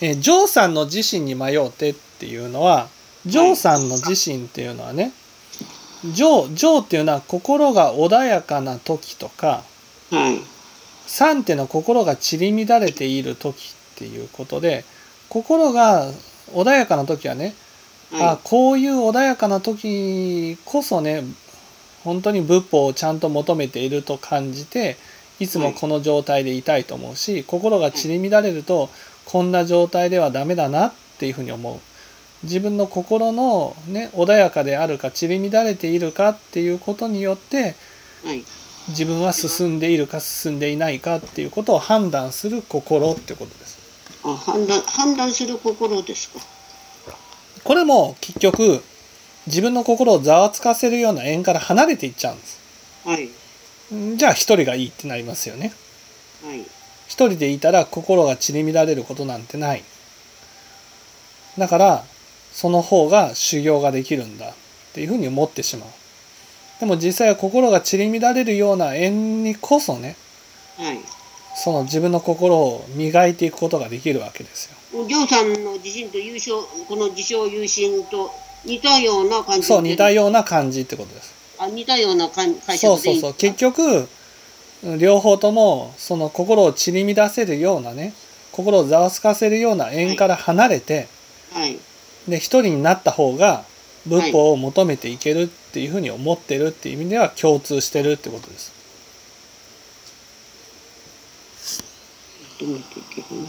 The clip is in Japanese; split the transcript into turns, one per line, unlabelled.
えージョーさんの自身に迷うてっていうのは、ジョーさんの自身っていうのはね、ジョー、ジョーっていうのは心が穏やかな時とか、
はい。
サンっていうのは心が散り乱れている時っていうことで、心が穏やかな時はね、あ
は
こういう穏やかな時こそね本当に仏法をちゃんと求めていると感じていつもこの状態でいたいと思うし心が散り乱れるとこんな状態ではダメだなっていうふうに思う自分の心の、ね、穏やかであるか散り乱れているかっていうことによって
い。はい。
自分は進んでいるか進んでいないかっていうことを判断する心ってことです。
あ、判断、判断する心ですか。
これも結局自分の心をざわつかせるような縁から離れていっちゃうんです。
はい。
じゃあ一人がいいってなりますよね。
はい。
一人でいたら心が散り乱れることなんてない。だから、その方が修行ができるんだっていうふうに思ってしまう。でも実際は心が散り乱れるような縁にこそね、
はい。
その自分の心を磨いていくことができるわけですよ。
りょうさんの自信と優勝、この自称優信と似たような感じ
そう、似たような感じってことです。
あ、似たような感解
そうそ
釈でいうい
そう結局両方ともその心を散り乱せるようなね心をざわつかせるような縁から離れて、
はい。
で一人になった方が仏法を求めていけるっていうふうに思ってるっていう意味では共通してるってことです。
どうやっていけるの